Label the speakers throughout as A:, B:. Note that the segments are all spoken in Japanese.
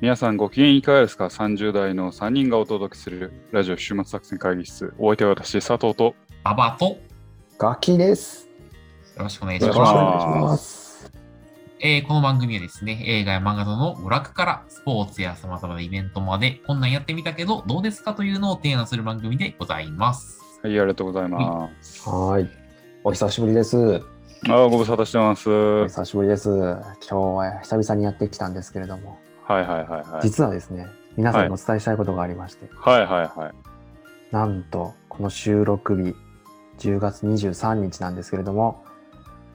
A: 皆さんご機嫌いかがですか ?30 代の3人がお届けするラジオ週末作戦会議室。お相手は私、佐藤と。
B: アバとよ
C: ガキです。
B: ろしくお願いし
A: よ
C: よ
A: ろ
C: ろ
A: し
C: し
A: くお
C: く
A: 願
B: ま
C: お願
A: い
C: い
A: し
C: し
A: ま
C: ます。
B: す。えーこの番組はですね、映画や漫画などの娯楽からスポーツや様々なイベントまで、こんなんやってみたけど、どうですかというのを提案する番組でございます。
A: はい、ありがとうございます。
C: はい。お久しぶりです。
A: あーご無沙汰してます。
C: お
A: はい
C: 久しぶりです。今日は久々にやってきたんですけれども、
A: はいはいはい。
C: 実はですね、皆さんにお伝えしたいことがありまして、
A: はいはいはい。
C: なんと、この収録日、10月23日なんですけれども、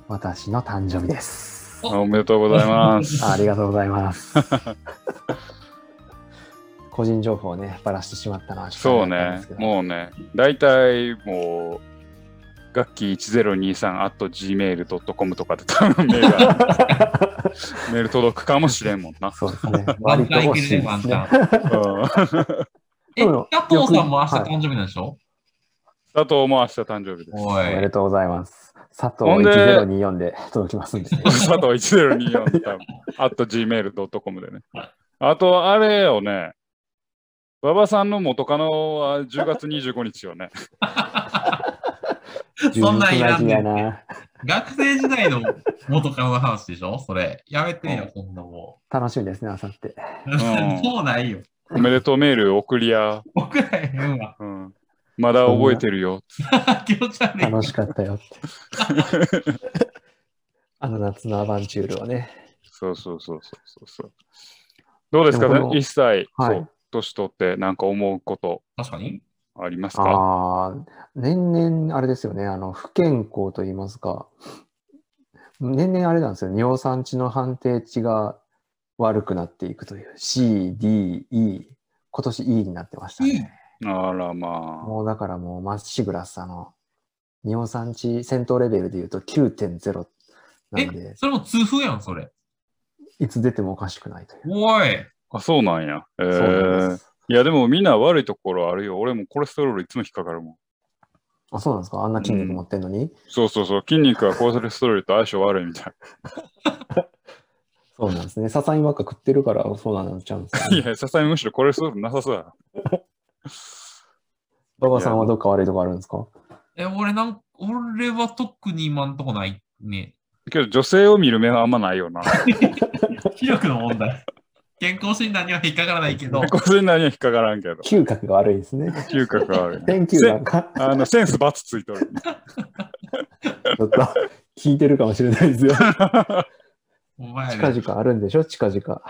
C: 私の誕生日です。
A: あおめでとうござい ます。
C: ありがとうございます。個人情報をね、ばらしてしまったのはちょ
A: そ
C: っ
A: う
C: とあれだったん
A: ね
C: ですけ、ど
A: もうね、大体もう、楽器 1023.gmail.com とかで多分メール がメール届くかもしれんもんな。
C: そうですね。
B: 満
C: 割と
B: タンい
C: 欲
B: け
C: しい
B: る
C: で
B: ね、満
C: す
B: タ
C: ね。
B: ン。
A: うん
B: え、
C: そう
B: 加藤さんも明日
C: よ
B: 誕
C: く
B: 生日なんでしょ
A: 佐藤も明日誕生日です。
B: お
C: おめで
B: い。
C: とうございます。佐藤
A: ほんで
C: 1024で届きますんで。
A: 佐藤1024多分、あと gmail.com でね。あと、あれをね、馬場さんの元カノは10月25日よね。
B: そんなんいらんねん
C: 純烈なな。
B: 学生時代の元カノの話でしょそれ。やめてよ、そんなも
C: 楽しみですね、あさって。
B: う。 そうないよ。
A: おめでとうメール送りや、
B: 僕らへんわ。
A: うんまだ覚えてるよ。
B: 気持ち悪い。
C: 楽しかったよって。 あの夏のアバンチュールをね。
A: そうそうそうそうそう。どうですか
C: でもこ
A: ね
C: の
A: 一切、
C: はい
A: そう年取ってなんか思うこと
B: 確かに
A: ありますか
C: ああ、年々あれですよね、あの不健康と言いますか、年々あれなんですよ、尿酸値の判定値が悪くなっていくという、C、D、E、今年 E になってましたね。
B: E？
A: あらま
C: もうだからもうまっしぐらさの尿酸値戦闘レベルで言うと9.0な
B: え
C: んで、
B: それも痛風やん、それ。
C: いつ出てもおかしくないという。
B: おい。
A: あ。あ、そうなんや。え
C: そうなんで
A: ー、
C: す。
A: いや、でもみんな悪いところあるよ。俺もコレステロールいつも引っかかるもん。
C: あ、そうなんですかあんな筋肉持ってんのに、
A: そうそうそう、筋肉はコレステロールと相性悪いみたい。
C: そうなんですね。ササインばっか食ってるからそうなんなっちゃうんです
A: い
C: ね。
A: や、さすがにむしろコレステロールなさそうや。
C: 馬場さんはどっか悪いとこあるんですか
B: え、俺なん、俺は特に今んとこない ね。
A: けど女性を見る目はあんまないよな。
B: 視力の問題。健康診断には引っかからないけ ど、
A: 個人内には引っかからんけど。
C: 嗅覚が悪いですね。
A: 嗅覚が悪い。
C: 天球なんか、
A: あのセンスバツついとる。
C: ちょっと聞いてるかもしれないですよ。
B: お前
C: 近
B: ら、
C: 々あるんでしょ近々。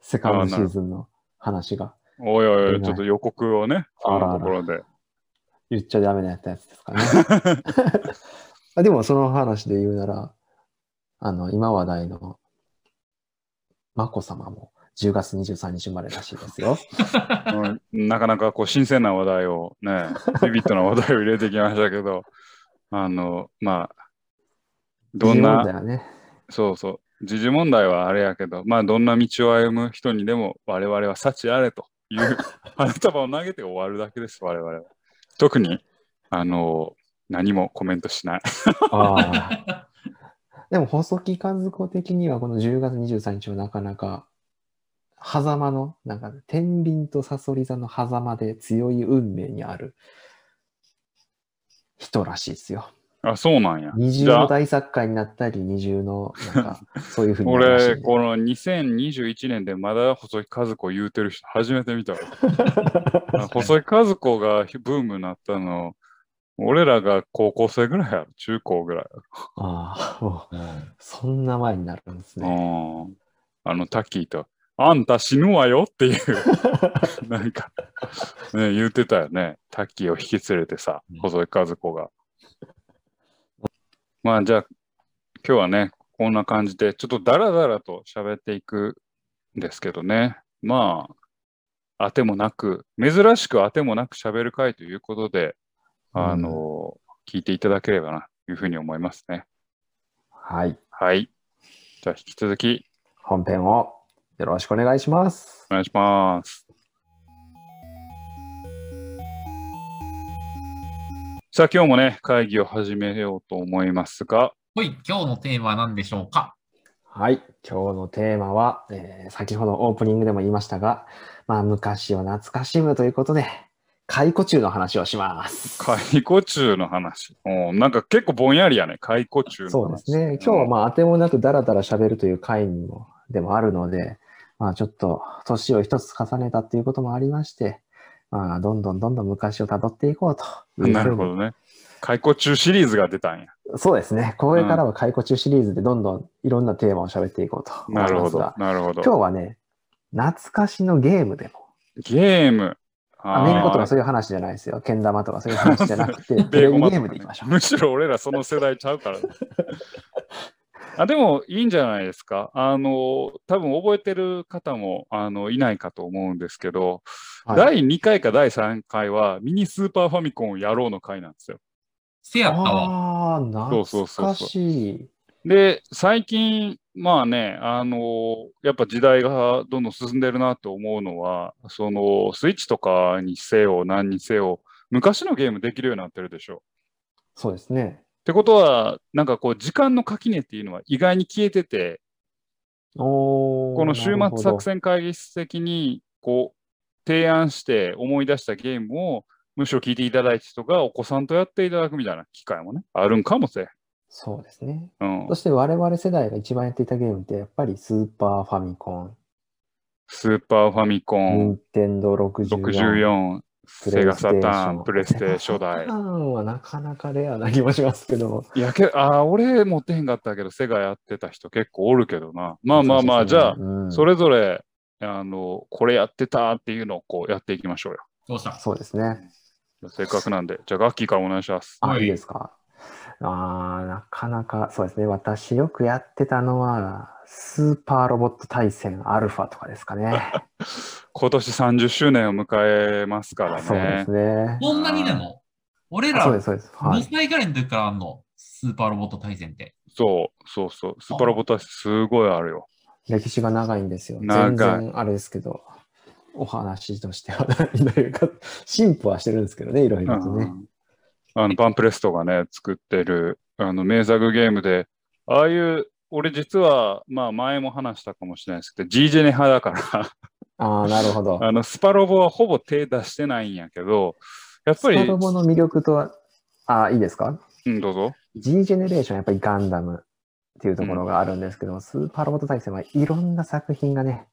C: セカンドシーズンの話が。
A: おいおいおい、ちょっと予告をね、そ
C: あらあら
A: のところで。
C: 言っちゃダメなやつで すかね。あでもその話で言うなら、あの、今話題の、眞子さまも10月23日生まれらしいですよ。
A: うんなかなかこう新鮮な話題をね、ビビットな話題を入れてきましたけど、あの、まあ、どんな
C: だ、よね。
A: そうそう、時事問題はあれやけど、まあ、どんな道を歩む人にでも我々は幸あれという 花束を投げて終わるだけです、我々は。特に、あの、何もコメントしない。
C: ああ。 でも細木和子的にはこの10月23日はなかなか、狭間の、なんか、天秤とサソリ座の狭間で強い運命にある人らしいですよ。
A: あ、そうなんや。
C: 二重
A: じゃ
C: の
A: あ、
C: 大作家になったり、二重の、な んか、そういうふうになるらしいね、
A: 俺、この2021年でまだ細木和子言うてる人初めて 見たわ。あ細木和子がブームになったの、俺らが高校生ぐらいやろ、中高ぐらい。
C: ああ、もう、
B: うん
C: そんな前になるんですね。
A: うんあの、タッキーと、あんた死ぬわよって いう、なんか、ね、言ってたよね。タッキーを引き連れてさ
B: うん、
A: 細井和子が。まあ、じゃあ、今日はね、こんな感じで、ちょっとダラダラと喋っていくんですけどね。まあ、当てもなく、珍しく当てもなく喋る回ということで、あの、聞いていただければな、というふうに思いますね。
C: はい。
A: はい。じゃあ、引き続き、
C: 本編をよろしくお願いします
A: お。願いします。さあ、今日もね、会議を始めようと思いますが、
B: ほい、今日のテーマは何でしょうか
C: はい。今日のテーマは、えー先ほどオープニングでも言いましたが、まあ、昔を懐かしむということで、解雇中の話をします。
A: 解雇中の話。おーなんか結構ぼんやりやね、解雇中の話。
C: そうですね。今日はまあ、当てもなくダラダラ喋るという回にも、でもあるので、まあ、ちょっと、年を一つ重ねたっていうこともありまして、まあ、どんどんどんどん昔を辿っていこうというふうに
A: なるほどね。解雇中シリーズが出たんや。
C: そうですね。これからは解雇中シリーズでどんどんいろんなテーマを喋っていこうと思
A: ないる
C: ま
A: ほ
C: す
A: ど
C: が、。
A: なるほど。
C: 今日はね、懐かしのゲームでも、
A: ゲーム。
C: あ
A: あ
C: めんことか
A: ー
C: そういう話じゃないですよ。けん玉とかそういう話じゃな くて、テ
A: ベ
C: レ
A: ーゴマとか
C: ビゲ
A: ね
C: ームでいきましょう。
A: むしろ俺らその世代ちゃう からね、あでもいいんじゃないですか。あの、多分覚えてる方もあのいないかと思うんですけど、
C: はい、
A: 第2回か第3回はミニスーパーファミコンをやろうの回なんですよ。
B: せやったわ。
C: ああ、
A: そう
C: 懐
A: そうそう
C: か
A: そう
C: しい。
A: で、最近、まあね、あのやっぱ時代がどんどん進んでるなと思うのは、そのスイッチとかにせよ、何にせよ、昔のゲームできるようになってるでしょ。
C: そうですね。
A: ってことは、なんかこう、時間の垣根っていうのは意外に消えてて、
C: おー
A: この週
C: な
A: 末
C: るほど
A: 作戦会議室的に、こう、提案して思い出したゲームを、むしろ聞いていただいた人がお子さんとやっていただくみたいな機会もね、あるんかもしれん。
C: そうですね。
A: うん
C: そ、して我々世代が一番やっていたゲームって、やっぱりスーパーファミコン、
A: スーパーファミコン、
C: 任天堂64。
A: 64、セガサターン、プレステ初
C: セガサ
A: 代
C: タ。ーンはなかなかレアな気もしますけども。
A: いやけあー俺持ってへんかったけど、セガやってた人結構おるけどな。まあまあまあ、じゃあ、
C: あ
A: それぞれ、あの、これやってたっていうのをこうやっていきましょうよ。
B: どうした
C: そうですね。
A: せっかくなんで。じゃあ、ガッキーからお願いします。
C: あ、
B: はい
C: いいですか。あーなかなか、そうですね。私よくやってたのは、スーパーロボット対戦アルファとかですか ね。
A: 今年30周年を迎えますから
C: そうで
A: ね
C: す。ね。
B: こんなにでも、俺
C: あ
B: ら
C: そうです、そうです。はい
B: 2。歳ぐらいの時からあんの、スーパーロボット対戦って。
A: そうそうそうスーパーロボットはすごいあるよ。
C: 歴史が長いんですよ。
A: 長い
C: 全然あれですけど、お話としては何というか、進歩はしてるんですけどね、いろいろと
A: う
C: ね。
A: んあのバンプレストがね、作ってるあの名作ゲームで、ああいう、俺実は、まあ前も話したかもしれないですけど、G ジェネ派だから、
C: ああ、なるほ ど。
A: あのスパロボはほぼ手出してないんやけど、やっぱ
C: スパ
A: り、
C: ロボの魅力とは、ああ、いいですか
A: うん、どうぞ。
C: ?G ジェネレーション、やっぱりガンダムっていうところがあるんですけども、スーパーロボット対戦はいろんな作品がね、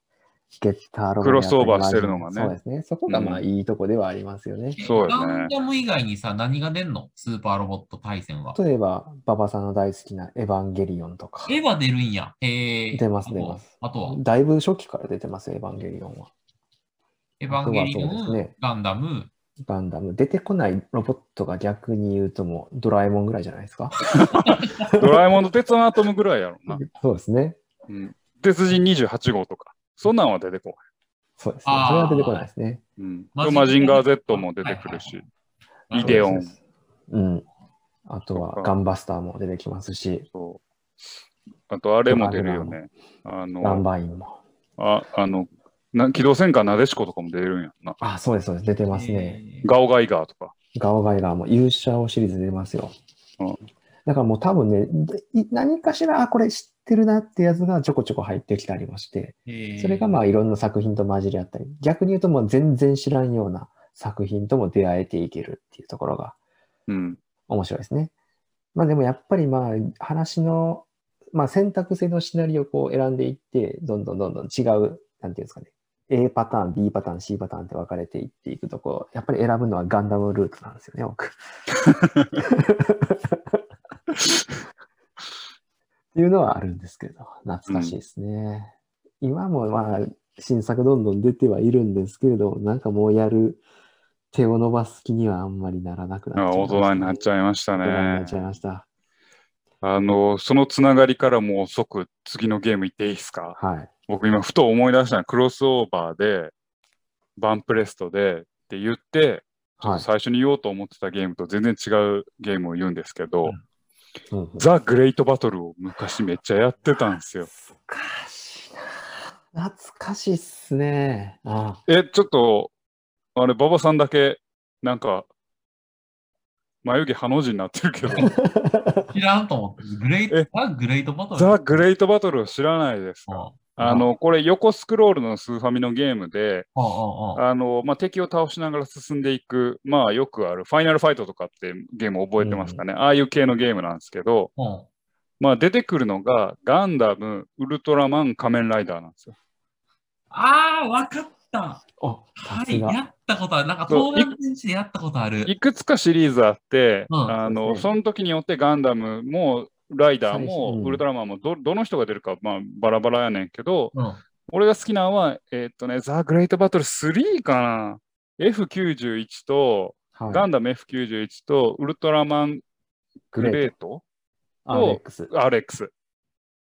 C: ゲッターロボ
A: クロスオーバーしてるのがね
C: そうですね。そこがまあ
A: う
C: いいとこではありますよね。
A: そうよね
B: ガンダム以外にさ、何が出んのスーパーロボット対戦は。
C: 例えば、馬場さんの大好きなエヴァンゲリオンとか、
B: 絵は出るんや。えー、
C: 出ます
B: あとは
C: 出ます
B: あとは、
C: だいぶ初期から出てますよ、エヴァンゲリオンは。
B: エヴァンゲリオ
C: あとは
B: ン、
C: そうですね
B: ガンダム、
C: ガンダム、出てこないロボットが逆に言うともうドラえもんぐらいじゃないですか。
A: ドラえもんの鉄のアトムぐらいやろな。
C: そうですね。
A: うん、鉄人28号とか、そんなんは出てこ
C: そうですね
B: あ。ー
C: それは出てこないですね。
A: ない。うん、
B: マジン
A: マジンガー Z も出てくる
B: は
A: し、
B: はい
A: イデオ
C: そう
A: ン
C: です。うん。あと
A: そっか
C: はガンバスターも出てきますし、
A: そうあとあれも出るよね。あ
C: ガン
A: の、
C: バインも。
A: ああのな機動戦艦なでしことかも出るんやんな。
C: あ、そうです、そうです。出てますね。
B: えー
A: ガオガイガーとか。
C: ガオガイガーも勇者をシリーズ出てますよ
A: うん。
C: だからもう多分ね、い何かしら、あ、これ知ってるなってやつがちょこちょこ入ってきたりもして、
B: えー
C: それがまあいろんな作品と混じり合ったり、逆に言うともう全然知らんような作品とも出会えていけるっていうところが
A: うん。
C: 面白いですね。まあでもやっぱりまあ話の、まあ、選択性のシナリオをこう選んでいって、どんどんどんどん違う、なんていうんですかね、A パターン、B パターン、C パターンって分かれていっていくとこやっぱり選ぶのはガンダムルートなんですよね、僕。っていうのはあるんですけど、懐かしいですね。今もまあ新作どんどん出てはいるんですけれど、なんかもうやる手を伸ばす気にはあんまりならなくなっちゃ
A: あ
C: いましたね
A: 大人になっちゃいました
C: 大人になっ
A: ね。
C: ちゃいました。
A: あの、そのつながりからもう即次のゲーム行っていいですか
C: はい。
A: 僕今ふと思い出したのはクロスオーバーで、バンプレストでって言って、
C: はい。
A: 最初に言おうと思ってたゲームと全然違うゲームを言うんですけど、
B: うん
C: うんうん
A: ザ・グレイト・バトルを昔めっちゃやってたんですよ。
C: 懐かしいな。懐かしいっすね。あ
A: え、ちょっと、あれ、馬場さんだけ、なんか、眉毛ハの字になってる けど、
B: 知らんと思って、グレー
A: え
B: ト、ザ・グレートバトル。
A: ザ・グレートバトルを知らないですか。
B: あ
A: あの、これ横スクロールのスーファミのゲームで、
B: あああ
A: あの、まあ、敵を倒しながら進んでいく、まあ、よくある、ファイナルファイトとかってゲーム覚えてますかね。ああいう系のゲームなんですけど、
B: うん
A: まあ、出てくるのが、ガンダム、ウルトラマン、仮面ライダーなんですよ。
B: あー、わかった。
C: あ、
B: は
C: さす
B: い、
C: が。
B: やったことある。なんか、
A: そう
B: 東南電池でやったことある。
A: いくつかシリーズあって、
B: うん
A: あ
C: そう
A: の
C: ですね
A: その時によってガンダムも、ライダー
C: 最初
A: も
C: う、ん
A: ウルトラマンもど、どの人が出るか、まあ、バラバラやねんけど、
B: うん。
A: 俺が好きなのは、えーっとね、ザ・グレート・バトル3かな。F91 と、
C: はい、
A: ガンダム F91 と、ウルトラマン
C: グ
A: グ
C: レ
A: レ
C: ー
A: ート
C: ト。アレックス。
A: アレックス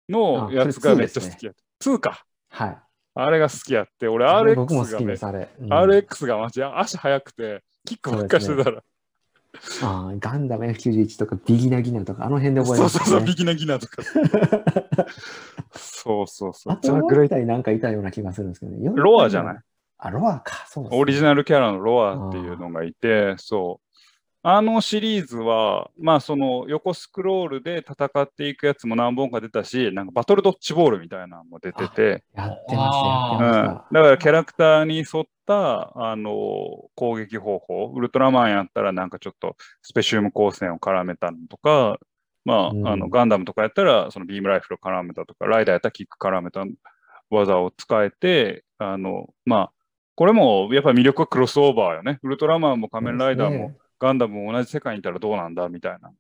A: の
C: あ
A: やつが
C: そ
A: め
C: れ
A: っちゃ
C: 2
A: 好
C: です
A: きやった。2か。
C: はい。
A: あれが好きやって、俺
C: あれ僕も
A: RX
C: 好
A: が
C: き
A: ね
C: です、あれ。うん
A: RX がマジ足速くて、キックばっかしてたら、
C: あーガンダム F91 とかビギナギナとか、あの辺で覚え
A: そう
C: ました、
A: そう
C: ね。
A: そう、ビギナギナとか。そうそうそ
C: あ
A: う。ザ・
C: とも
A: グレ
C: う
A: ー
C: 一体なんかいたような気がするんですけどね。
A: ロアじゃない
C: あ、ロアか。そうですね
A: オリジナルキャラのロアっていうのがいて、そう。あのシリーズは、まあその横スクロールで戦っていくやつも何本か出たし、なんかバトルドッジボールみたいなのも出てて、
C: やってます
A: うん、
C: ね。やって
A: だ
C: ま
A: からキャラクターに沿ったあの攻撃方法、ウルトラマンやったらなんかちょっとスペシウム光線を絡めたのとか、まあ、
C: うん
A: あのガンダムとかやったらそのビームライフルを絡めたとか、ライダーやったらキック絡めた技を使えて、あのまあ、これもやっぱり魅力はクロスオーバーよね。ウルトラマンも仮面ライダーもガンダムも同じ世界にいたらどうなんだみたいなの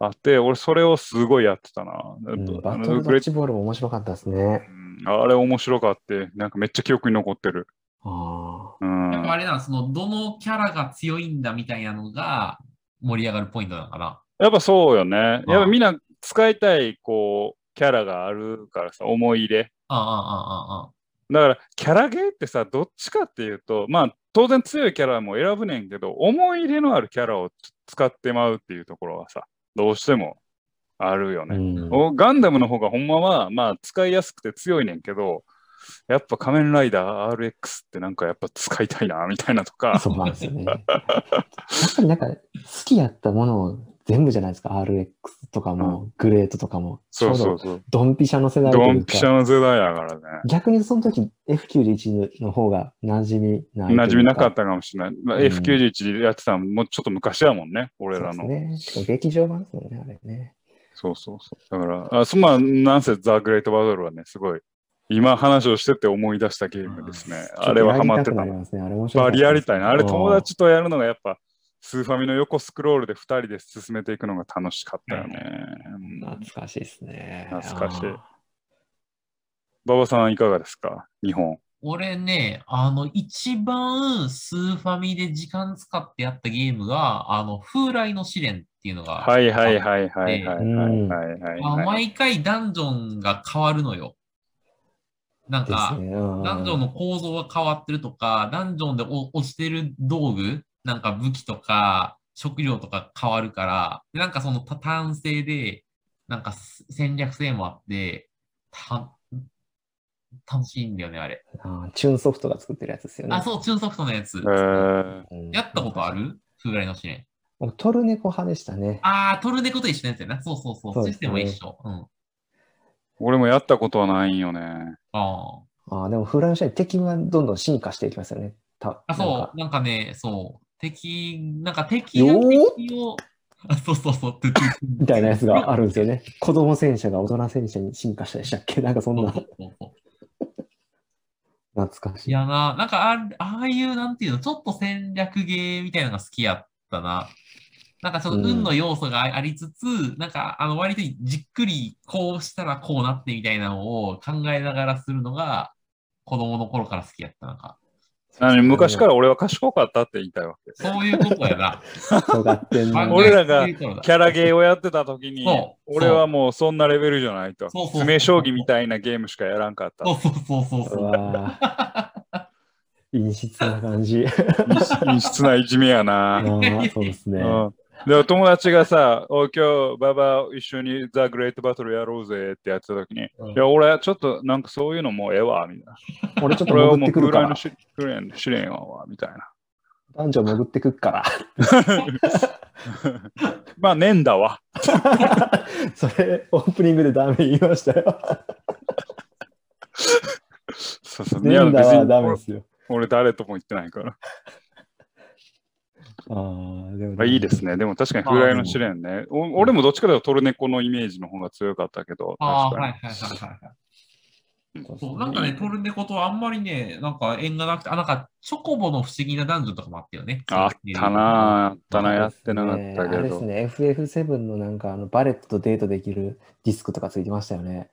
A: があって、俺それをすごいやってたな。
C: そうですねうん
A: あ
C: バ
A: の
C: トルド
A: グレ
C: ッ
A: ッ
C: ジボールも面白かったですね。
A: うんあれ面白かって、なんかめっちゃ記憶に残ってる。
C: あ
A: う
B: やっぱあ
A: ん、
B: れな、その、どのキャラが強いんだみたいなのが盛り上がるポイントなのかな。
A: やっぱそうよね。
B: うん
A: やっぱみんな使いたい、こう、キャラがあるからさ、思い入れ。
B: ああ、ああ、ああ。
A: だから、キャラゲーってさ、どっちかっていうと、まあ、当然強いキャラも選ぶねんけど、思い入れのあるキャラを使ってまうっていうところはさ、どうしてもあるよ
C: あ。う
A: ね。
C: ん。
A: おガンダムの方がほんまは、まあ、使いやすくて強いねんけど、やっぱ仮面ライダー RX ってなんかやっぱ使いたいな、みたいなと か。
C: そうなんですよね。やっぱりなんか、好きやったものを全部じゃないですか。RX とかも、グレートとかも。
A: そうそう
C: ちょう
A: そう。
C: どドンピシャの世代と
A: ド
C: い
A: ン
C: う
A: ピシャ
C: か。
A: の世代だからね。
C: 逆にその時 F91 の方が馴染みないというか。
A: 馴染みなかったかもしれない。まあ
C: うん
A: F91 でやってたのもうちょっと昔だもんね、俺らの。そう,、
C: そうですね。劇場版ですもんね、あれね。
A: そうそうだから、あそまあ、なんせザ・グレート・バトルはね、すごい、今話をしてて思い出したゲームですね。あれはハマってた
C: ちょとやりくなり
A: の。
C: ますね。あれ面白
A: バ
C: かった
A: リやりたいな。あれ
C: うん
A: 友達とやるのがやっぱ、スーファミの横スクロールで2人で進めていくのが楽しかったよね。うん
C: 懐かしいですね。
A: 懐かしい
C: あ
A: 馬場さんいかがですか日本。
B: 俺ね、あの、一番スーファミで時間使ってやったゲームが、あの、風来の試練っていうのが、
A: はいはいはいはいはいはい
C: うん
A: はいはい
B: まあ
A: はい。
B: 毎回ダンジョンが変わるのよ。なん
C: ー
B: か、
C: ですね。うん
B: ダンジョンの構造が変わってるとか、ダンジョンでお落ちてる道具、なんか武器とか食料とか変わるから、でなんかその多端性で、なんかす戦略性もあって、た楽しいんだよね、あれ。
C: あーチューンソフトが作ってるやつですよね。
B: あ、そう、チューンソフトのやつ。
A: えー
C: うん
B: やったことある風来の試練。
C: 僕トルネコ派でしたね。
B: あー、トルネコと一緒のやつやな。そうそうそう。
C: そうで
B: シス
C: すね
B: テムは一緒。うん。
A: 俺もやったことはないんよね。
B: あ
C: ああーでもフランシャイ敵はどんどん進化していきますよね。た
B: ーあ、
C: なんか
B: そう、なんかね、そう。敵、なんか敵が
C: よー
B: 敵を、あそうそうそう。トゥトゥトゥ
C: みたいなやつがあるんですよね。子供戦車が大人戦車に進化したでしたっけなんかそん
B: そう
C: な
B: そうそうそう
C: 懐かし
B: い
C: い。
B: やな、なんかあああいう、なんていうの、ちょっと戦略ゲーみたいなのが好きやったな。なんかちょっと運の要素があありつつ、なんかあの割とじっくりこうしたらこうなってみたいなのを考えながらするのが子供の頃から好きやった。なんか、
A: なのに昔から俺は賢かったって言いたいわけ。
B: そういうこと やな。
C: 尖ってん
B: 番
C: の
B: 外
A: 俺らが
B: そうい うことだ
A: キャラゲーをやってた時に
B: そ、う
A: 俺はもうそんなレベルじゃないと
B: そうそう。そう
A: 詰め将棋みたいなゲームしかやらんかった。
B: そうそうそうそう
C: う
B: そう。
C: わー陰湿な感じ。
A: 陰湿ないじめや
C: あ
A: な。
C: ーそうです
A: う
C: ね。
A: ん、で友達がさ、おい今日、ババ一緒にザ・グレート・バトルやろうぜってやってた時に、い
B: うん
A: や、俺ちょっとなんかそういうのもうええわ、みたいな。
C: 俺ちょっと
A: 俺は
C: 潜っ
A: もう
C: てくる
A: ぐ
C: から
A: いの
C: ら。
A: 試練試練やわ、みたいな。
C: 男女潜ってくっから。
A: まあ、年だわ。
C: それ、オープニングでダメ言いましたよ。
A: そうそう。いや、
C: 年
A: 別
C: だは
A: に
C: ダメで
A: 俺
C: すよ。
A: 俺誰とも言ってないから。
C: ああ、でも
A: まあ、いいです。ね。でも確かに風来の試練ね。お俺もどっちかというとトルネコのイメージの方が強かったけど。
B: ああ、
A: 確
B: はい
A: か
B: はい
A: に
B: はいはい。
C: そう
B: そう、なんかね、トルネコとあんまりね、なんか縁がなくて、あ、なんか、チョコボの不思議な男女とかもあったよね。
A: あったなああったなやってなかった
C: あ
A: け
C: れです
A: ど。
C: ね、FF7 のなんかあのバレットとデートできるディスクとかついてましたよね。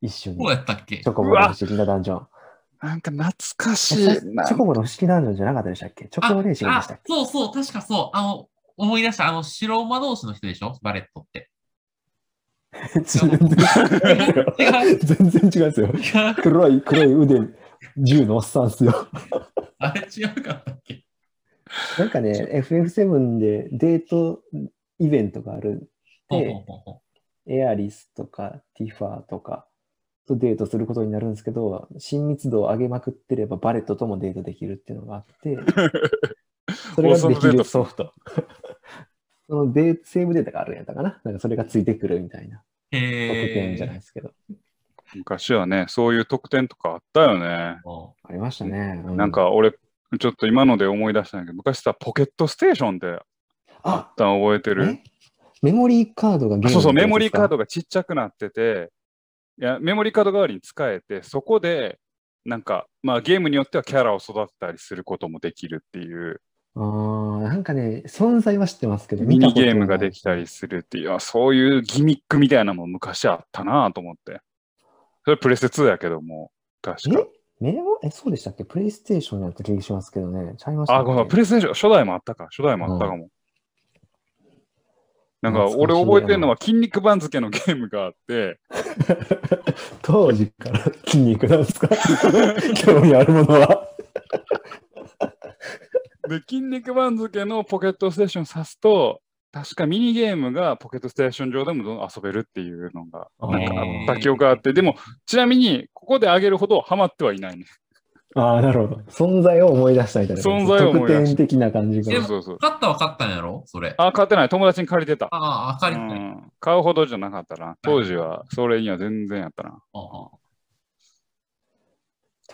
C: 一緒
B: そうや
C: に。
B: ったっけ
C: チョコボの不思議なダンジョン。
A: なんか懐かし
C: え
A: い
C: チ
A: な。
C: ョコボの不思議なダンジョンじゃなかったでしたっけチョコボレーシングでしたっ
B: あ、そうそう、確かそう。あの、思い出した、あの、白馬同士の人でしょバレット って。
C: け全然違う。全然 違うんですよ。
B: 違う。
C: 黒い、黒い腕、銃のおっさんっすよ。
B: あれ違うかったっけ
C: なんかね、FF7 でデートイベントがあるん
B: ほう
C: で、
B: ほうほうほう。
C: エアリスとかティファーとかとデートすることになるんですけど、親密度を上げまくってればバレットともデートできるっていうのがあ って、それができるソフト。 そのデートセーブデータがあるんやったかななんかそれがついてくるみたいな。
B: へ
C: 特
B: え。
C: 典じゃないですけど。
A: 昔はね、そういう特典とかあったよね。
B: そ
C: ありましたね。う
A: なん、か俺、ちょっと今ので思い出したんだけど、昔さ、ポケットステーションで
C: あ
A: 一旦覚えてる。
C: えメモリーカードが
A: あ
C: ゲム
A: そうそう、メモリーカー
C: ド。
A: ドがちっちゃくなってて、いやメモリーカード代わりに使えて、そこで、なんか、まあゲームによってはキャラを育てたりすることもできるっていう、
C: あーなんかね、存在は知ってますけど、
A: ミニゲーム
C: 見たことな
A: が
C: い
A: できたりするっていう、あそういうギミックみたいなのも昔あったなと思って。それプレステ2やけども、確か
C: え。メモえ、そうでしたっけプレイステーションやった気がしますけどね。ちゃいましたっけ
A: あ、ごめん、プレイステーション、初代もあったか、初代もあったかも。なんか、
C: 懐か
A: 俺
C: しいな
A: 覚えてるのは、筋肉番付のゲームがあって、
C: 当時から筋肉なんですか 興味あるものは。
A: で、筋肉番付のポケットステーション挿すと、確かミニゲームがポケットステーション上でもどんどん遊べるっていうのが、なんかあった記憶があって、でも、ちなみに、ここであげるほどハマってはいないね。
C: ああ、なるほど。存在を思い出したみたいな感じ。
A: 存在を思い出した
C: 特典的な感じ
A: そ
C: が
A: う。そうそう
B: う。。勝ったは勝ったんやろそれ。あ
A: あ、買ってない。友達に借りてた。
B: あ、
A: う
B: 明るくない。
A: ん、買うほどじゃなかったな。当時は、それには全然やったな。
B: ああ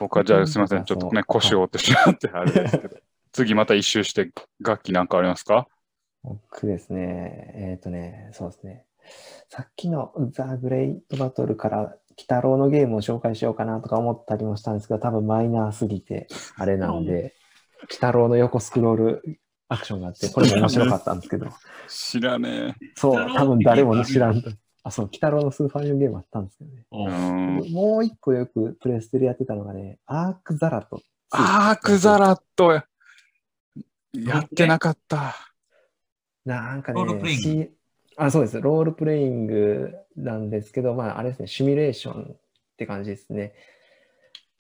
A: 僕はじゃあすみません、ちょっとね、腰を折ってしまってあれです けど、次また一周して楽器なんかありますか
C: 僕ですね、えっ、とね、そうですね。さっきのザ・グレイト・バトルから、鬼太郎のゲームを紹介しようかなとか思ったりもしたんですけど、多分マイナーすぎて、あれなんで、鬼太郎の横スクロールアクションがあって、これも面白かったんですけど、
A: 知らね
C: そう、多分誰も知らんと。あ、そう、鬼太郎のスーファミのゲームあったんですけど
A: え。
C: ね。
B: お
A: う
B: う
A: ーん。
C: もう一個よくプレステでやってたのがね、アークザラト。
A: アークザラットややってなかった。
C: なんか
B: ロールプレ
C: ね、
B: イン
C: C- あ、そうです。ロールプレイングなんですけど、まあ、あれですね、シミュレーションって感じですね。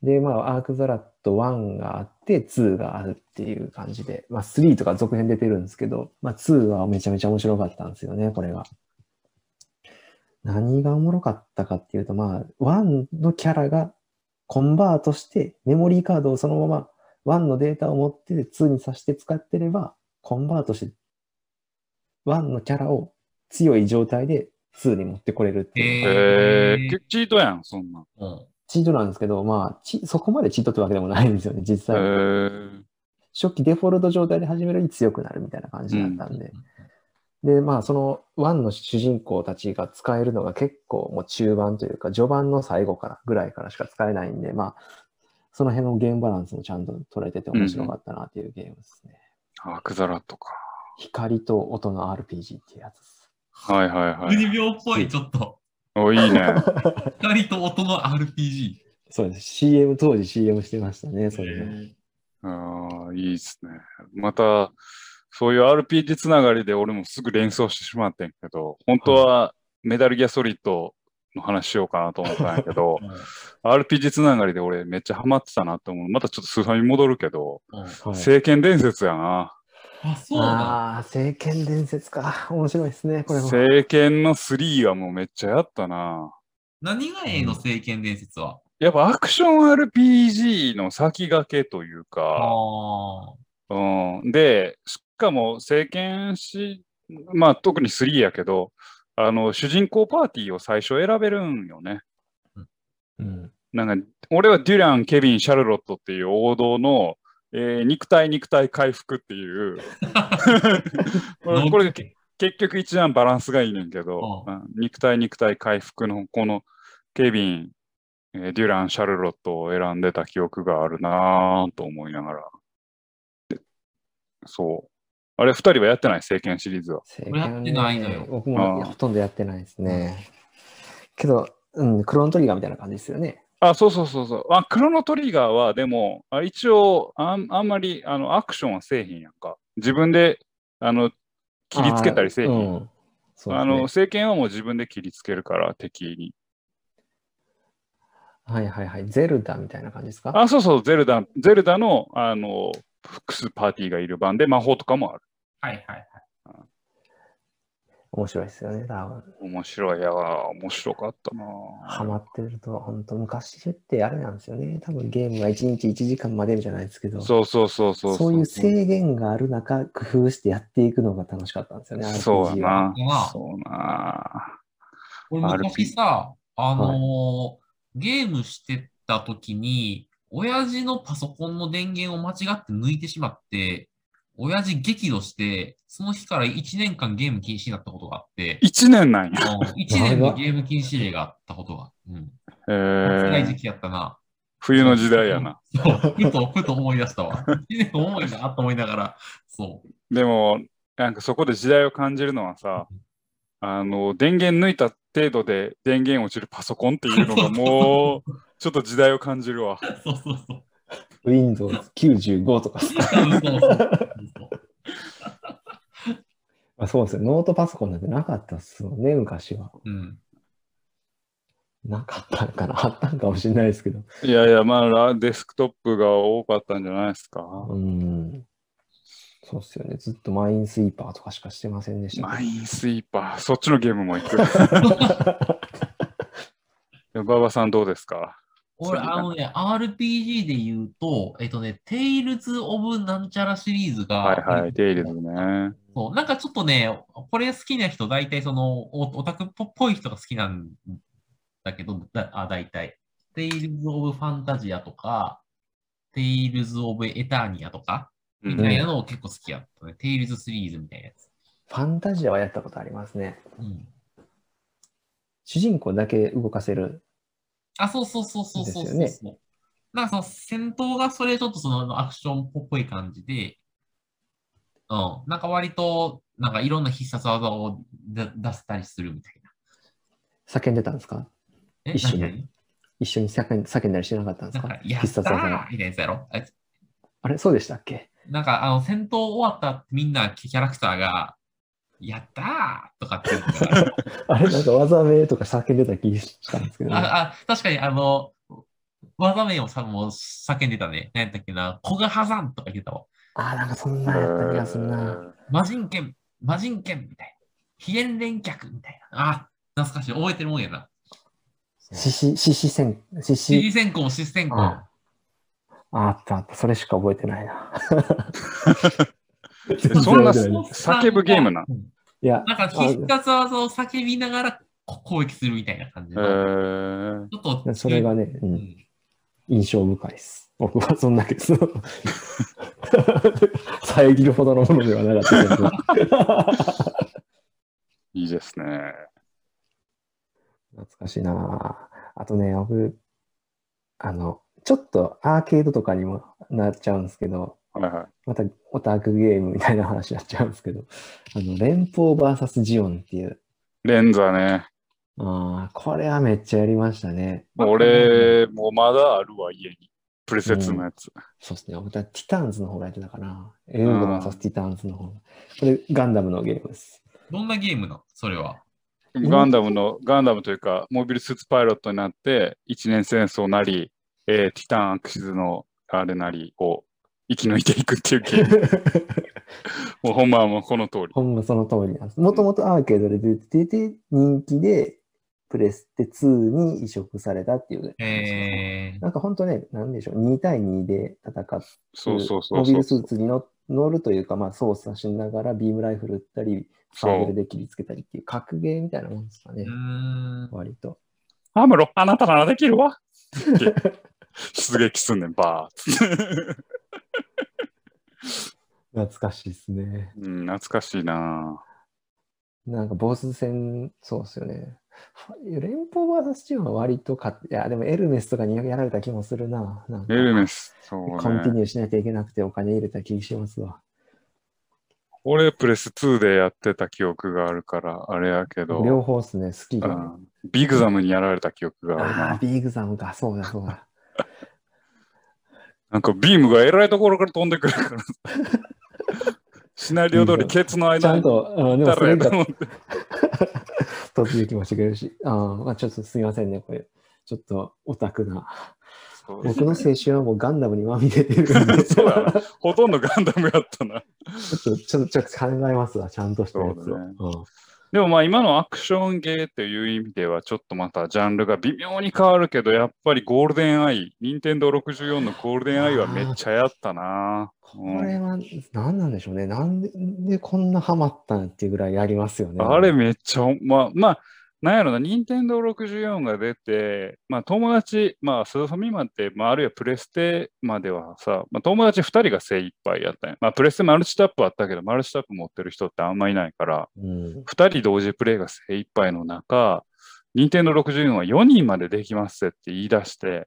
C: で、まあ、アークザラット1があって、2があるっていう感じで、まあ、3とか続編出てるんですけど、まあ、2はめちゃめちゃ面白かったんですよね、これが。何がおもろかったかっていうと、まあ、1のキャラがコンバートして、メモリーカードをそのまま、1のデータを持ってて、2に挿して使ってれば、コンバートして1のキャラを強い状態で2に持ってこれるっていう、
B: へー
A: えー、チートやん、そんなん。
B: うん
C: チートなんですけど、まあ、チそこまでチートってわけでもないんですよね、実
A: え
C: 際。
A: ー、
C: 初期デフォルト状態で始めるより強くなるみたいな感じだったんで。で、まあ、その1の主人公たちが使えるのが結構もう中盤というか、序盤の最後からぐらいからしか使えないんで、まあ、その辺のゲームバランスもちゃんと取れてて面白かったなっていうゲームですね。
A: アークザラットか。
C: 光と音の RPG っていうやつです。
A: はいはいはい。
B: 国病っぽい、ちょっと。
A: お、いいね。
B: 光と音の RPG。
C: そうです。CM、当時 CM してましたね、それの。
B: え
A: ああ、いいですね。また、そういう RPG つながりで俺もすぐ連想してしまってんけど、本当はメタルギアソリッドの話しようかなと思ったんやけど、
B: ー
A: RPG つながりで俺めっちゃハマってたなと思う。またちょっとスーファミ戻るけど、
B: うんうん
C: はい
A: 聖剣伝説やな。
B: あ、そうなん
C: ああ、聖剣伝説か。面白いですね、これも。
A: 聖剣の3はもうめっちゃやったな。
B: 何がええの聖剣伝説は。
A: やっぱアクション RPG の先駆けという
B: あ
A: か、
B: あ。
A: うん、で、しかも聖剣士まあ特に3やけど、あの、主人公パーティーを最初選べるんよね。
C: うん。
A: なんか、俺はデュラン、ケビン、シャルロットっていう王道の、えー肉体、肉体回復っていう。 これこれけ結局一番バランスがいいねんけど、
B: う
A: うん肉体、肉体回復のこのケビン、えーデュラン、シャルロットを選んでた記憶があるなぁと思いながら。でそう。あれ、二人はやってない、聖剣シリーズは。
C: 政
B: 俺やってないのよ
C: 僕
A: あ
C: も
A: あ
C: ほとんどやってないですね。けど、うん、クロントリガーみたいな感じですよね。
A: あ、そうそうそうそう。あ、クロノトリガーは、でも、あ一応あん、あんまり、あの、アクションはせえへんやんか。自分で、あの、切りつけたりせえへ。
C: うんん。そうで
A: あ
C: すね
A: の、聖剣はもう自分で切りつけるから、敵に。
C: はいはいはい。ゼルダみたいな感じですか
A: あ、そうそう、ゼルダ、ゼルダの、あの、複数パーティーがいる版で、魔法とかもある。
B: はいはい。
C: 面白いですよね。多分
A: 面白いやわ、面白かったな
C: ハマってると、本当昔ってあれなんですよね。多分ゲームが1日1時間までじゃないですけど、
A: そうそうそうそう。
C: そういう制限がある中、工夫してやっていくのが楽しかったんですよね。
A: そうや
C: RPG は。
A: な
B: は。
A: そうな
B: 俺
A: RP
B: 昔さ、あのーゲームしてた時に、親父のパソコンの電源を間違って抜いてしまって、親父激怒して、その日から1年間ゲーム禁止になったことがあって、
A: 一年なんや。
B: 1年のゲーム禁止令があったことが、うん。
A: え
B: 辛い時
A: ー、
B: 期やったな。
A: 冬の時代やな。
B: そう、ふと、ふと思い出したわ。1年重いなと思いながら、そう。
A: でも、なんかそこで時代を感じるのはさ、あの、電源抜いた程度で電源落ちるパソコンっていうのがも う、ちょっと時代を感じるわ。
B: そうそうそう。
C: Windows95 とかさ。
B: そうそうそう
C: まあそうですよ。ノートパソコンなんてなかったっすもんね、昔は。
B: うん。
C: なかったんかな。あったんかもしれないですけど。
A: いやいや、まあラ、デスクトップが多かったんじゃないですか。
C: うん。そうっすよね。ずっとマインスイーパーとかしかしてませんでした
A: マ
C: けど。
A: インスイーパー、そっちのゲームも行く。で馬場さんどうですか
B: 俺、
A: そうだ
B: あのね、RPG で言うと、えっとね、テイルズ・オブ・なんちゃらシリーズが、
A: はいはい、デイリーズね。
B: そう、なんかちょっとね、これ好きな人、大体その、おオタクっぽい人が好きなんだけど、だあ大体。テイルズ・オブ・ファンタジアとか、テイルズ・オブ・エターニアとか、
A: う
B: み
A: ん
B: たいなのを結構好きやったね。テイルズシリーズみたいなやつ。
C: ファンタジアはやったことありますね。
B: うん。
C: 主人公だけ動かせる。
B: あ、そうそうそうそうそうそうそう、
C: です
B: なんかその戦闘がそれちょっとそのアクションっぽい感じで、うん。なんか割と、なんかいろんな必殺技をだ出せたりするみたいな。
C: 叫んでたんですか
B: え、
C: 一緒に
B: 何々
C: 一緒に叫ん叫んだりしてなかったんです
B: なん
C: か
B: か、やっ
C: 必
B: た
C: 殺技が
B: ーみたいなやつやろ。あ
C: あれそうでしたっけ
B: なんか、あの、戦闘終わったってみんなキャラクターが、やったーとかって言うのが
C: あれなんか技名とか叫んでた気がしたんですけど、ね。
B: ああ確かに、あの、技名をさもう叫んでたね。何やったっけな、コガハザンとか言ってたわ。
C: あ、なんかそんなやった気がする
A: え
C: な。
A: ー
B: 魔人剣、魔人剣みたいな。非炎連脚みたいな。あ、懐かしい。覚えてるもんやな。
C: 獅子、獅子戦、獅
B: 支
C: 子
B: 持。先行、支持先行。
C: ああったあった。それしか覚えてないな。
A: そ んな
C: 全然覚えてい
A: 叫ぶゲームな。
B: うん
C: いや、
B: なんか必殺技を叫びながらこ攻撃するみたいな感じ
A: え
B: の。
A: ー
B: ちょっと、
C: それがね、う、
B: うんん
C: 印象深いです。僕はそんなけど、 遮るほどのものではなかったけど、
A: いいですね。
C: 懐かしいなあとね、僕、あの、ちょっとアーケードとかにもなっちゃうんですけど、
A: はいはい。
C: またオタクゲームみたいな話になっちゃうんですけど、あの、連邦 VS ジオンっていう、
A: レンザね。
C: あーこれはめっちゃやりましたね。
A: 俺、もうまだあるわ、家に。プレセツのやつ。
C: そうですね。僕はティターンズの方がやってたかな。エウゴ VS ティターンズの方。これ、ガンダムのゲームです。
B: どんなゲームなのそれは。
C: うん
A: ガンダムの、ガンダムというか、モビルスーツパイロットになって、一年戦争なり、えーティタンアクシズのあれなりを生き抜いていくっていうゲ ーム。もうほんまはもうこの通り。
C: ほんまその通りなんです。もともとアーケードで出てて、人気で、プレステ2に移植されたっていう。
B: えー、
C: なんか本当ね、なんでしょう、2対2で戦って、
A: そうそうそう
C: モビ
A: そ
C: ル
A: う。
C: スーツに乗乗るというか、まあ、操作しながらビームライフル撃ったり、サーベ
A: そう
C: ルで切りつけたりっていう、格ゲーみたいなもんですかね
B: うー、ん。
C: 割と。
A: アムロ、あなたならできるわ。って出撃すんねん、バー ッつって
C: 懐かしいですね。
A: うん、懐かしいな
C: なんか、ボス戦、そうですよね。連邦 VS チームは割と勝って、いや、でもエルメスとかにやられた気もするな。なんか
A: エルメス、そう
C: コンティ
A: ね。
C: ニューしないといけなくてお金入れた気しますわ。
A: 俺、プレス2でやってた記憶があるから、あれやけど、
C: 両方ですね、好き
A: う
C: が。
A: んビグザムにやられた記憶がある
C: ああ
A: な
C: ー、。ビーグザムか、そうだそ うだ。
A: なんかビームがえらいところから飛んでくるから。シナリオ通り、ケツの
C: ちゃ
A: 間に
C: ん
A: 行っ
C: と、あーで
A: た
C: もそ
A: らや
C: れ
A: と
C: が
A: 思って。
C: 突撃もしてくれるし、あーまあ、ちょっとすみませんね、これ。ちょっとオタクな。
A: そう
C: 僕の青春はもうガンダムにまみれてるんで、ち
A: そう
C: ょ
A: だな
C: っと、
A: ほとんどガンダムやったな。
C: ちょっと、ちょっと考えますわ、ちゃんとしたやつ
A: そ
C: を。
A: うだね
C: うん
A: でもまあ今のアクションゲーっていう意味ではちょっとまたジャンルが微妙に変わるけどやっぱりゴールデンアイ、任天堂64のゴールデンアイはめっちゃやったな。
C: これは何なんでしょうね。なんででこんなハマったんっていうぐらいやりますよね。
A: あれめっちゃ、まあ、まあ、なんやろな、任天堂64が出て、まあ友達、まあスーファミマって、まああるいはプレステまではさ、まあ友達2人が精一杯やったんやまあプレステマルチタップあったけど、マルチタップ持ってる人ってあんまいないから、
C: うん。
A: 2人同時プレイが精一杯の中、任天堂64は4人までできますって言い出して、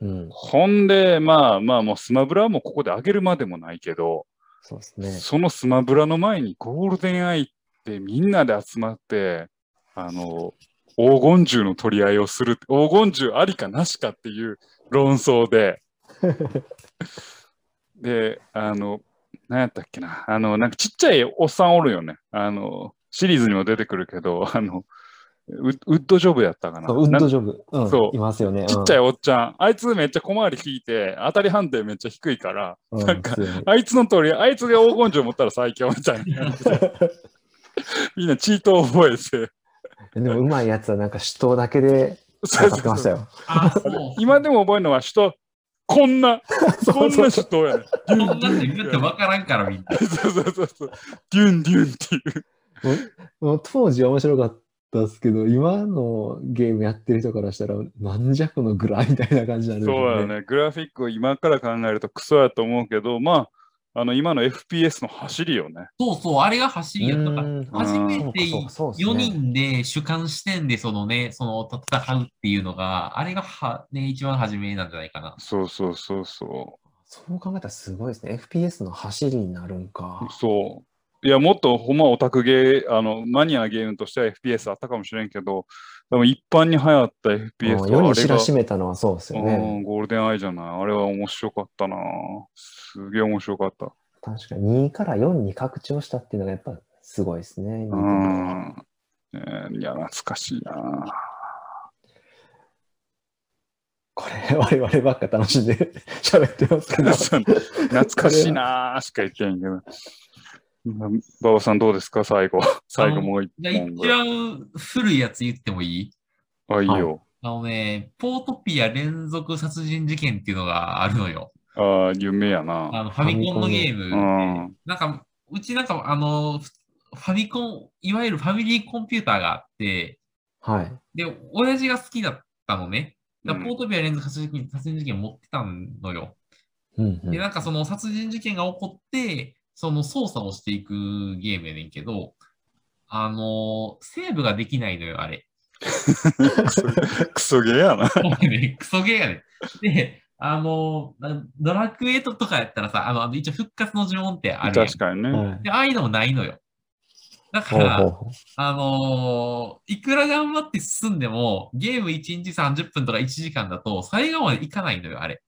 C: うん。
A: ほんで、まあまあ、もうスマブラはもうここで上げるまでもないけど、
C: そうですね。
A: そのスマブラの前にゴールデンアイってみんなで集まって、あの、黄金銃の取り合いをする、黄金銃ありかなしかっていう論争 で、で、あの、何やったっけな、あの、なんかちっちゃいおっさんおるよね。あの、シリーズにも出てくるけど、あの、ウウッドジョブやったかな。
C: そうウッ
A: な
C: ド
A: んか
C: ジョブ、うん
A: そう
C: いますよね。
A: ちっちゃい
C: い、
A: おっちゃん、あいつめっちゃ小回り聞いて、当たり判定めっちゃ低いから、
C: うん
A: なんか
C: 普通に
A: あいつの通り、あいつが黄金銃持ったら最強みたいな感じで。みんなチートを覚えて。
C: でもうまいやつはなんか手刀だけで戦ってました よ。
B: あ、そう。
A: 今でも覚えるのは人、こんな、こんな人やねん。
B: こんなんで見なって分からんから、みんな。
A: そうそうそうそう。デュンデュンっていう。
C: もう当時面白かったですけど、今のゲームやってる人からしたら、なんじゃこのぐらいみたいな感じになるんで
A: そうだ
C: ね。
A: ね。グラフィックを今から考えるとクソやと思うけど、まあ、あの今の FPS の走りよね。
B: そうそう、あれが走りやったから。
C: うん
B: 初めて
C: そうかそうかそうっすね
B: 4人で主観視点でそのね、その戦うっていうのが、あれがは、ね、一番初めなんじゃないかな。
A: そうそうそうそ
C: そう考えたらすごいですね。FPS の走りになるんか
A: う。。そう。いや、もっとほんまオタクゲー、あの、マニアなゲームとしては FPS あったかもしれんけど、でも一般に流行った
C: うん
A: FPS はあれ
C: 世
A: が
C: に知らしめたのはそうですよ
A: うん
C: ね。
A: ゴールデンアイじゃない。あれは面白かったな。すげえ面白かった。
C: 確かに2から4に拡張したっていうのがやっぱすごいですね。
A: うん。えーいや、懐かしいな。
C: これ、我々ばっか楽しんで 喋ってますけど。
A: 懐かしいなしか言ってへんけど。うん馬場さんどうですか最後。最後もう一
B: じゃあ
A: 本
B: 一
A: ぐらい。
B: 番古いやつ言ってもいい
A: あ、いいよ。
B: あのね、ポートピア連続殺人事件っていうのがあるのよ。
A: ああ、夢やな。
B: あのファミコンのゲーム
A: う
B: で。
A: ん。
B: なんか、うちなんか、あの、ファミコン、いわゆるファミリーコンピューターがあって、
C: はい。
B: で、親父が好きだったのね。だから
A: うん
B: ポートピア連続殺人事件殺人事件持ってたのよ。
C: うんうん
B: で、なんかその殺人事件が起こって、その捜査をしていくゲームやねんけど、あのーセーブができないのよ、あれ。
A: クソ クソゲーやな。
B: もうねクソゲーやねん。で、あのーなドラクエととかやったらさ、あの、あの一応復活の呪文ってあるやん。
A: 確かにね。
C: はい
B: で、ああいうのもないのよ。だか
C: ほう
B: ら、
C: ほうほう
B: あのーいくら頑張って進んでも、ゲーム1日30分とか1時間だと、最後までいかないのよ、あれ。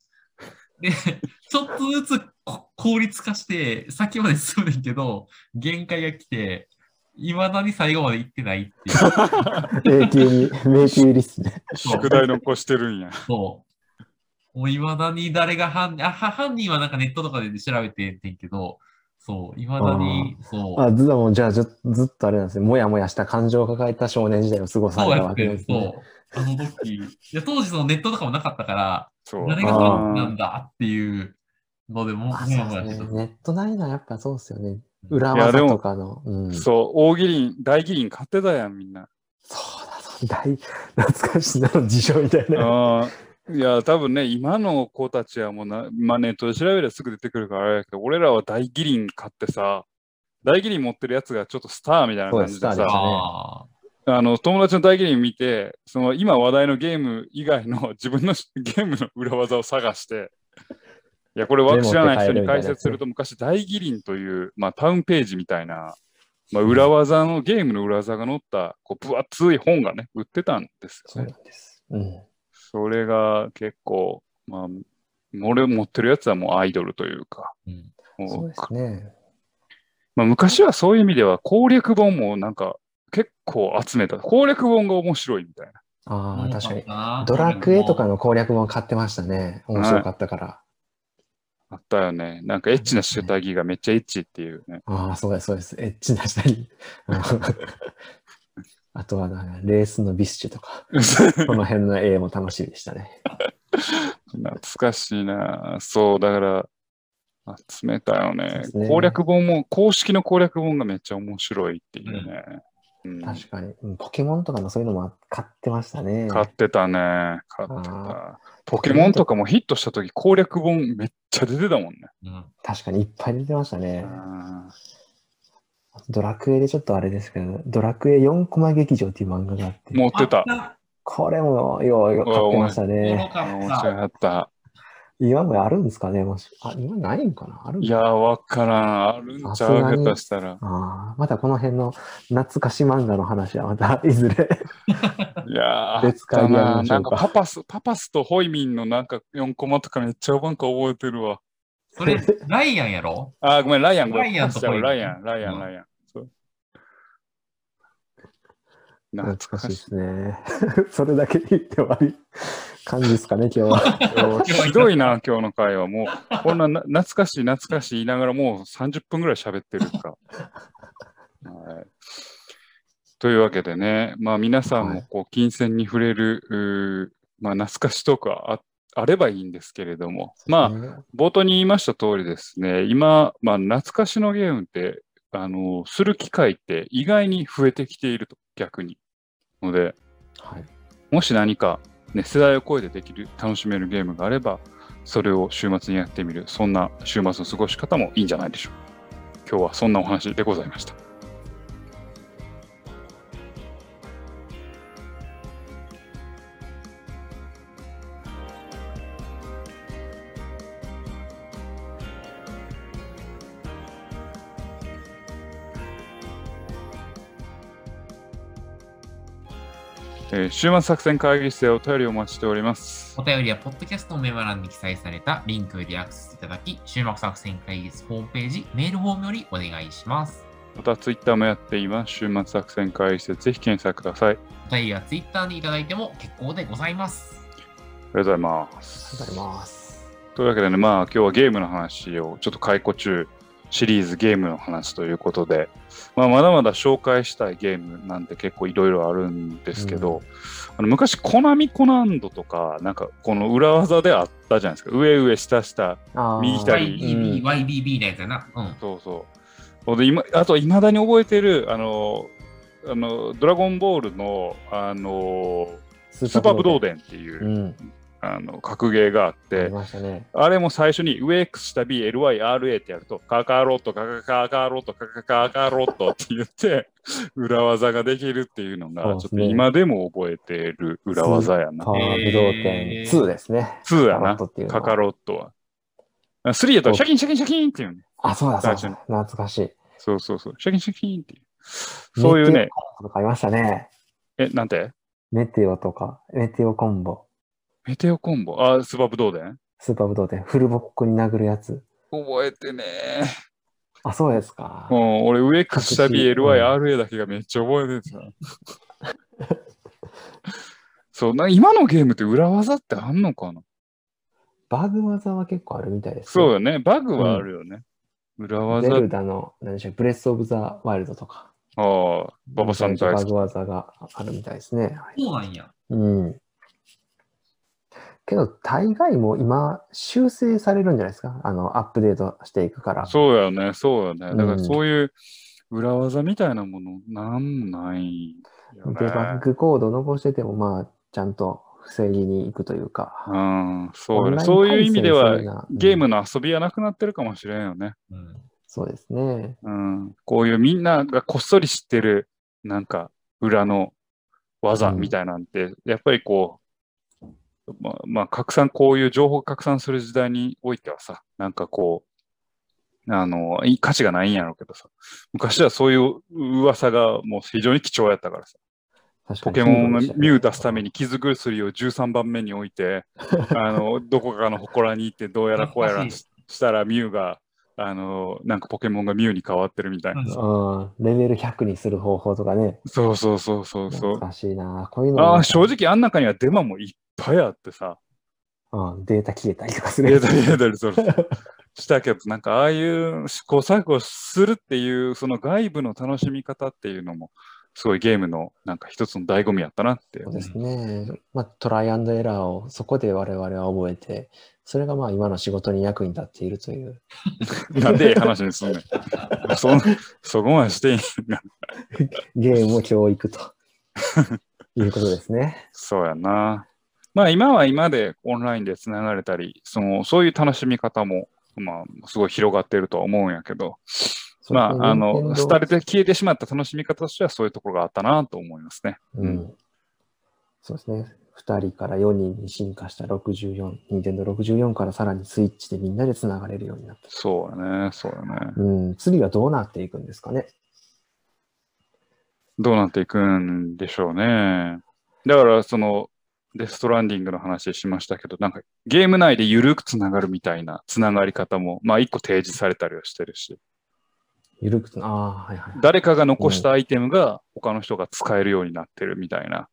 B: で、ちょっとずつこ効率化して、先まで進むねんけど、限界が来て、いまだに最後まで行ってないっていう。
C: 永 久に、迷宮入りっすね。
A: 宿題残してるんや。
B: そう。もういまだに誰が犯人、あ、は犯人はなんかネットとかで調べてんねんけど、そう、いまだに、そう。
C: あ、ずっともう、じゃあず、ずっとあれなんですね。もやもやした感情を抱えた少年時代を過ごさ
B: そう
C: れた
B: や
C: わ
B: っ
C: け
B: て
C: で
B: る、
C: す
B: そ
C: ね。
B: う。あの時、いや当時そのネットとかもなかったから、
A: そう。
B: 誰がそうなんだっていうので、もう
C: あ、
B: も
C: そ
B: や
C: う
B: もや
C: で
B: して
C: す
B: た
C: ね。ネットないのはやっぱそうですよね。
B: う
C: 裏
A: いや
C: 技
A: でも
C: とかの。うん、そう
A: そう、大義林、大義林買ってたやん、みんな。
C: だそうだ、 大懐かしいなの事情みたいな。
A: あーいや、多分ね、今の子たちはもうな、まあ、ネットで調べればすぐ出てくるからあれやけど、俺らは大義林買ってさ、大義林持ってるやつがちょっとスターみたいな感じで
C: そうですスターで
A: さ
C: す、
B: ああ。
A: あの友達の大義林見て、その今話題のゲーム以外の 自分のゲームの裏技を探して、いや、これわ
C: メモっ
A: 知
C: て
A: らない人
C: 変える
A: に
C: みたい
A: 解
C: なやつ
A: 説すると、昔、大義林という、まあ、タウンページみたいな、まあ、裏技のゲームの裏技が載った、こう分厚い本がね、売ってたんです
C: そ
A: よ
C: う
A: ね
C: な。んです。うん。
A: それが結構、まあ、俺持ってるやつはもうアイドルというか、
B: うん
A: もう
C: そうですね。
A: まあ、昔はそういう意味では攻略本もなんか結構集めた。攻略本が面白いみたいな。
C: ああ、確かに。
B: に
C: ドラクエとかの攻略も買ってましたね。面白かったから。
A: あったよね。なんかエッチな主体着がめっちゃエッチっていうね。
C: ああ、そうです、そうです。エッチな下 に。あとはなんか、レースのビスチュとか、この辺の絵も楽しみでしたね。
A: 懐かしいな。そう、だから集めたよ
C: そう
A: ね
C: で。すね
A: 攻略本も、公式の攻略本がめっちゃ面白いっていうね。うん
C: 確かに。うんポケモンとかもそういうのも買ってましたね。
A: 買ってたね。買って
C: あ
A: た。ポケモンとかもヒットした時攻略本めっちゃ出てたもんね。
B: うん。
C: 確かにいっぱい出てましたね。ドラクエでちょっとあれですけど、ドラクエ4コマ劇場っていう漫画があって、
A: 持ってた。
B: あ
C: これもようよう買ってました
B: おもろ
C: ね。
A: 面
B: か
A: 白
B: っ
A: かった。
C: 今もあるんですかねもしあ、今ないんかなあるん
A: い
C: か
A: や
C: な
A: ー、わからん。あるんちゃう
C: さすがに
A: 下手したら。
C: ああ、またこの辺の懐かし漫画の話はまたいずれ。
A: いやー、あっ
C: 別
A: た
C: 会でやり
A: な。
C: まし
A: なん
C: ょう
A: か
C: か
A: パパス、パパスとホイミンのなんか4コマとかめっちゃおばんか覚えてるわ。
B: た。それ、ライアンやろ
A: あー、ごめん、ライアン。
B: ライアンと
A: ごめん
B: ホ
A: ラ
B: イミン
A: イアン、ライア
B: う
A: ン、
B: ん
A: ライアン。そう懐
C: 懐
A: か
C: か
A: し
C: し
A: い
C: いで。すね。 それだけで言って終わり感じですかね、今日は。
A: 今日 ひどいな、今日の会は。もう、こんなな懐かしい、懐かしい言いながら、もう30分ぐらい喋ってる か。はい、というわけでね、まあ、皆さんもこう金銭に触れる、うーまあ、懐かしとかああればいいんですけれども、まあ、冒頭に言いました通りですね、今、まあ、懐かしのゲームって、あのする機会って意外に増えてきていると、逆に。ので、
C: はい、
A: もし何か、ね、世代を超えてできる、楽しめるゲームがあれば、それを週末にやってみる、そんな週末の過ごし方もいいんじゃないでしょうか。今日はそんなお話でございました。えー週末作戦会議室でお便りをお待ちしております。
B: お便りは、ポッドキャストのメモ欄に記載されたリンクよりアクセスいただき、週末作戦会議室ホームページ、メールフォームよりお願いします。
A: またツイッターもやっています。週末作戦会議室でぜひ検索ください。あり
B: お便りは Twitter にいただいても結構でございます。
A: がとうございます。
C: 頑張ります。
A: というわけでね、まあ今日はゲームの話をちょっと解雇中シリーズゲームの話ということで、まあ、まだまだ紹介したいゲームなんて結構いろいろあるんですけど、あの昔コナミコナンドとかなんかこの裏技であったじゃないですか上上下下
C: あー
A: 右来たり
B: YBB、YBB のやつやな。うん。
A: そうそうで今あといまだに覚えてるあのあのドラゴンボールのあの
C: ス
A: スーパーブドウ
C: で。
A: デンっていう、
C: うん、
A: あの格ゲーがあっ
C: あ
A: て
C: り、ましたね。
A: あれも最初に上 X 下 BLYRA ってやるとカカロットカカカカロットカカカカロットって言って 裏技ができるっていうのが
C: そうで
A: ちょっ
C: す
A: と
C: ね
A: 今でも覚えている裏技やな
C: パ。ワーブドウ店2ですね。
A: 2
C: カ
A: や
C: ロ
A: な
C: ットっていうの
A: カ
C: は
A: カロットは。あ3やとシャキンシャキンシャキンっていうね。
C: あ、そうだそうだ
A: 最初に
C: 懐かしい。
A: そうそうそう。シャキンシャキンっていう。そういうね、
C: とかありましたね。
A: え、なんて
C: メテオとか、メテオコンボ、
A: メテオコンボ。あ、スバブドーデン
C: スーパーブドウ店、フルボッコに殴るやつ。
A: 覚えてねー。
C: あ、そうですか。
A: うん、俺、上 X 下
C: 隠し
A: BLYRA だけがめっちゃ覚えてるさ。そうな今のゲームって裏技ってあんのかな
C: バグ技は結構あるみたいですね、
A: そうよね。バグはあるよね。裏技
C: ゼル
A: あ
C: ダの、何でしょう、ブレス・オブ・ザ・ワイルドとか。
A: あ、馬場さん大
C: バ
A: 好き。
C: グ技があるみたいですね。はい
B: そうなんや。
C: うん。けど、大概もう今、修正されるんじゃないですか。あの、アップデートしていくから。
A: そうやね、そうやね。だか
C: う
A: ら
C: ん
A: そういう裏技みたいなもの、なんもないよね。
C: デバッグコード残してても、まあ、ちゃんと防ぎに行くというか。
A: うん、そう
C: オ
A: やね。
C: ンライン
A: そういう意味では
C: 回線する、な
A: ゲーム
C: うん
A: の遊びはなくなってるかもしれんよね。
B: うん
C: そうですね。
A: うん、こういうみんながこっそり知ってる、なんか、裏の技みたいなんて、やっぱりこう、まあ、まあ、拡散、こういう情報拡散する時代においてはさ、なんかこう、あの、いい価値がないんやろうけどさ、昔はそういう噂がもう非常に貴重やったからさ、
C: 確か
A: ポ
C: に
A: ケモンがミュウ出すため
C: に。
A: に傷薬を13番目に置いて、あの、 どこかの祠に行って、どうやらこうやらししたらミュウが、あの、なんかポケモンがミュウに変わってるみたいなさ、
C: うん、レベル100にする方法とかね。
A: そうそうそうそうそ
C: 懐
A: う。
C: かしいな。こういうのも
A: ああ、正直あん中にはデマもいっぱいあってさ、
C: うん、データ消えたりとかす
A: デ
C: る
A: ー。タデータでそう したけど、なんかああいう試行錯誤するっていう、その外部の楽しみ方っていうのも、すごいゲームのなんか一つの醍醐味やったなって
C: そう。ですね。まあ、トライアンドエラーをそこで我々は覚えて、それがまあ今の仕事に役に立っているという。
A: なんでええ話にすんね ん。そんそこまでしていい
C: ゲームも教 育ということですね。
A: そうやな。まあ今は今でオンラインでつながれたり、そのそういう楽しみ方も、まあ、すごい広がってるとは思うんやけど、まあ、あの、
C: ス
A: 廃れて消えてしまった楽しみ方としてはそういうところがあったなと思いますね。
C: う。
A: うん
C: そうですね。2人から4人に進化した64、任天堂64からさらにスイッチでみんなでつながれるようになった。
A: そうだね、そうだね。
C: うん、次はどうなっていくんですかね。
A: どうなっていくんでしょうね。だから、その、デストランディングの話しましたけど、なんかゲーム内で緩くつながるみたいなつながり方も、まあ一個提示されたりはしてるし、
C: ゆるくつ、ああ、はいは
A: 誰かが残したアイテムが他の人が使えるようになってるみたいな、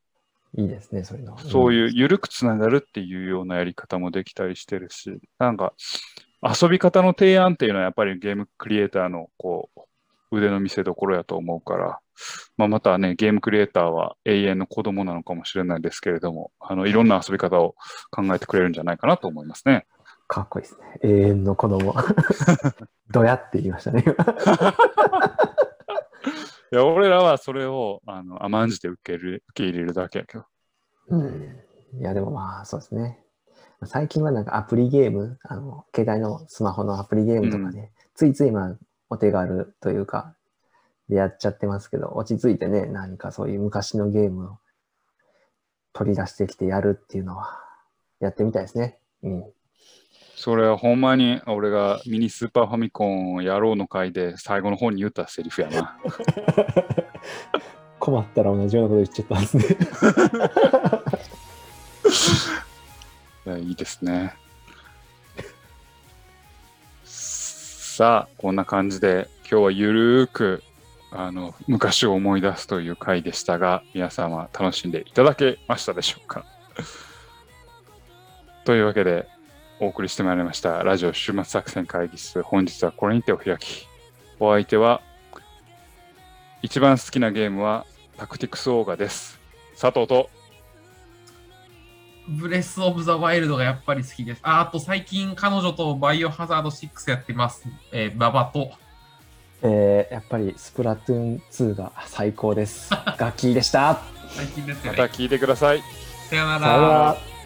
C: い。いいですね、そういうの。
A: そう
C: うん。
A: いう緩くつながるっていうようなやり方もできたりしてるし、なんか遊び方の提案っていうのはやっぱりゲームクリエイターのこう腕の見せ所やと思うから、まあ、またね、ゲームクリエイターは永遠の子供なのかもしれないですけれども、あのいろんな遊び方を考えてくれるんじゃないかなと思いますね。
C: かっこいいですね。永遠の子 供。どやって言いましたね、今
A: いや、俺らはそれをあの甘んじて受け入れ受け入れるだけやけど。
C: うんいや、でもまあ、そうですね。最近はなんかアプリゲーム、あの、携帯のスマホのアプリゲームとかね、ついついまあ、お手軽というか、でやっちゃってますけど、落ち着いてね、何かそういう昔のゲームを取り出してきてやるっていうのは、やってみたいですね。うん。
A: それはほんまに俺がミニスーパーファミコンをやろうの回で最後の方に言ったセリフやな。
C: 困ったら同じようなこと言っちゃったんですね。
A: いやいいですね。さあ、こんな感じで、今日はゆるーく、あの、昔を思い出すという回でしたが、皆様楽しんでいただけましたでしょうか。 というわけで、お送りしてまいりました、ラジオ週末作戦会議室、本日はこれにてお開き。お相手は、一番好きなゲームは、タクティクスオーガです。佐藤と、
B: ブレス・オブ・ザ・ワイルドがやっぱり好きです。ああと最近彼女とバイオハザード6やってます。えー、ババと。
C: えーやっぱりスプラトゥーン2が 最高です。ガッキーでした。
B: 最近ですよ
A: ま
B: ね。
A: た聞いてください。
B: さよな
C: さよなら。